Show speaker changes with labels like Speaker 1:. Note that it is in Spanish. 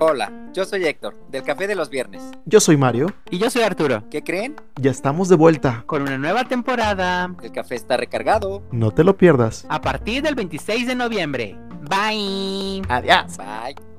Speaker 1: Hola, yo soy Héctor, del Café de los Viernes.
Speaker 2: Yo soy Mario.
Speaker 3: Y yo soy Arturo,
Speaker 1: ¿Qué creen?
Speaker 2: Ya estamos de vuelta.
Speaker 3: con una nueva temporada
Speaker 1: El café está recargado.
Speaker 2: No te lo pierdas.
Speaker 3: a partir del 26 de noviembre. Bye.
Speaker 2: Adiós.
Speaker 1: Bye.